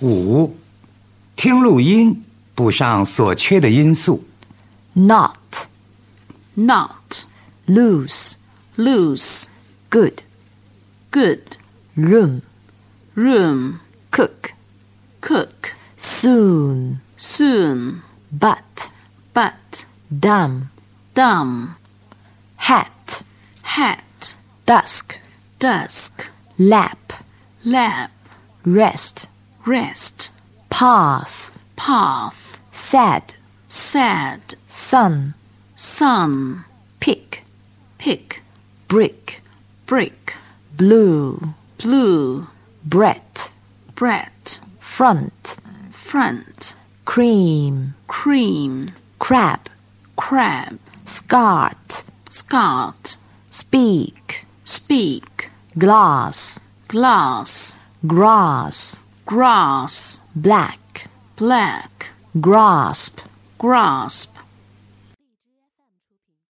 五，听录音补上所缺的因素。 not, not, lose, lose, good, good, room, room, cook, cook, soon, soon, but, but, dumb, dumb, hat, hat, dusk, dusk, lap, lab, rest, rest, path, path, sad, sad, sun, sun, pick, pick, brick, brick, blue, blue, Brett, bread, front, front, cream, cream, crab, crab, scarf, scarf, speak, speak, glass, glass, grass, grass, black, black, grasp, grasp,